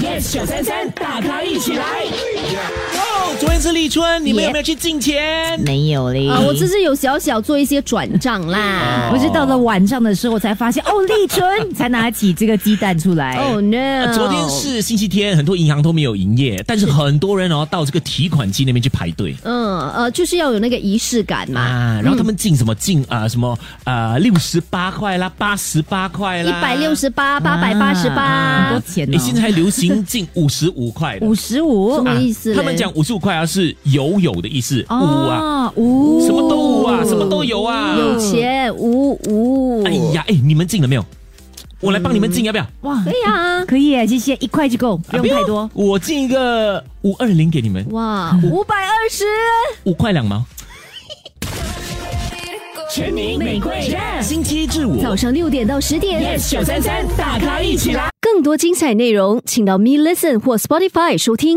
yes 九三三，大咖一起来。哦，昨天是立春，你们有没有去敬钱？没有嘞。哦啊，我只是有小小做一些转账 啦。我是到了晚上的时候才发现，哦，立春才拿起这个鸡蛋出来。 Oh 呃 no！昨天是星期天，很多银行都没有营业，但是很多人哦到这个提款机那边去排队嗯呃，就是要有那个仪式感嘛。啊，然后他们进什么进啊、什么啊六十八块啦，八十八块嗯一啦，百六十八，八百八十啊很八多，钱你、哦，现在还流行 进五十五块的五十五什么意思嘞？啊他们讲五十五块啊是有有的意思，五、啊，哦，五什么都五啊，什么都有啊。有钱无无。哎呀，哎，你们进了没有？我来帮你们嗯进，要不要？啊哇，可以啊，可以耶，谢谢，一块就够，不用太多。我进一个五二零给你们，哇，五百二十。五块两毛。全民玫瑰星期一至五早上六点到十点 yes 九三三，大咖一起来。更多精彩内容，请到 Me Listen 或 Spotify 收听。